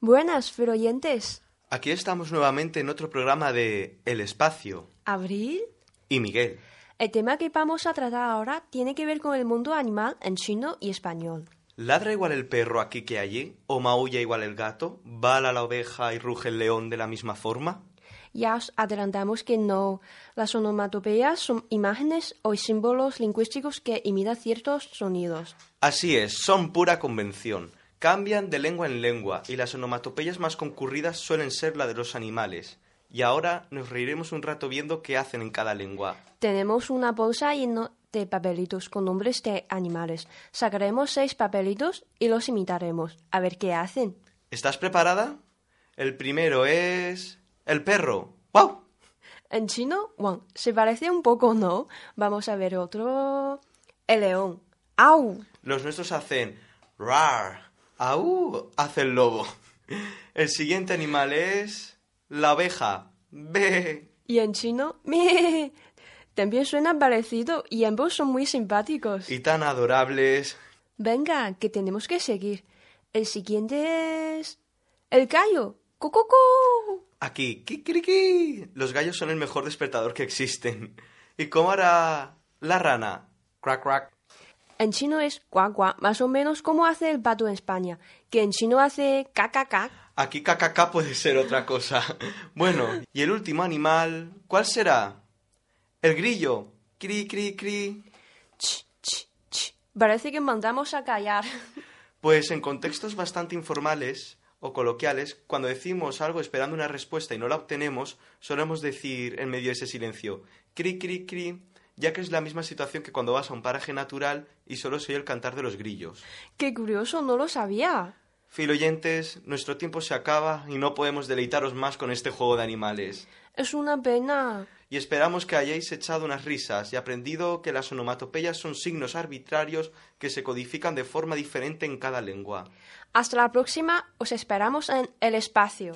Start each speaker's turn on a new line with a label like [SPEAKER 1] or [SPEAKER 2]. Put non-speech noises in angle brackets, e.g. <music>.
[SPEAKER 1] Buenas, oyentes.
[SPEAKER 2] Aquí estamos nuevamente en otro programa de El Espacio
[SPEAKER 1] ¿Abril?
[SPEAKER 2] y Miguel.
[SPEAKER 1] El tema que vamos a tratar ahora tiene que ver con el mundo animal en chino y español.
[SPEAKER 2] ¿Ladra igual el perro aquí que allí? ¿O maulla igual el gato? ¿Bala la oveja y ruge el león de la misma forma?
[SPEAKER 1] Ya os adelantamos que no. Las onomatopeas son imágenes o símbolos lingüísticos que imitan ciertos sonidos.
[SPEAKER 2] Así es, son pura convención. Cambian de lengua en lengua y las onomatopeyas más concurridas suelen ser la de los animales. Y ahora nos reiremos un rato viendo qué hacen en cada lengua.
[SPEAKER 1] Tenemos una bolsa llena de papelitos con nombres de animales. Sacaremos seis papelitos y los imitaremos. A ver qué hacen.
[SPEAKER 2] ¿Estás preparada? El primero es... El perro. ¡Wow!
[SPEAKER 1] En chino, Wang, se parece un poco, ¿no? Vamos a ver otro. El león. ¡Au!
[SPEAKER 2] Los nuestros hacen rar, au, hace el lobo. El siguiente animal es la oveja. Be.
[SPEAKER 1] Y en chino, <laughs> me. También suena parecido y ambos son muy simpáticos.
[SPEAKER 2] Y tan adorables.
[SPEAKER 1] Venga, que tenemos que seguir. El siguiente es. El gallo. ¡Cococo!
[SPEAKER 2] Aquí, kikiriki. Los gallos son el mejor despertador que existen. ¿Y cómo hará la rana? Crack, crack.
[SPEAKER 1] En chino es guagua, más o menos como hace el pato en España, que en chino hace cacacac.
[SPEAKER 2] Aquí cacaca puede ser otra cosa. Bueno, y el último animal, ¿cuál será? El grillo. Cri, cri, cri.
[SPEAKER 1] Ch, ch, ch. Parece que mandamos a callar. <laughs>
[SPEAKER 2] Pues en contextos bastante informales o coloquiales, cuando decimos algo esperando una respuesta y no la obtenemos, solemos decir en medio de ese silencio cri cri cri, ya que es la misma situación que cuando vas a un paraje natural y solo se oye el cantar de los grillos.
[SPEAKER 1] Qué curioso, no lo sabía.
[SPEAKER 2] Filoyentes, nuestro tiempo se acaba y no podemos deleitaros más con este juego de animales.
[SPEAKER 1] Es una pena.
[SPEAKER 2] Y esperamos que hayáis echado unas risas y aprendido que las onomatopeyas son signos arbitrarios que se codifican de forma diferente en cada lengua.
[SPEAKER 1] Hasta la próxima, os esperamos en el espacio.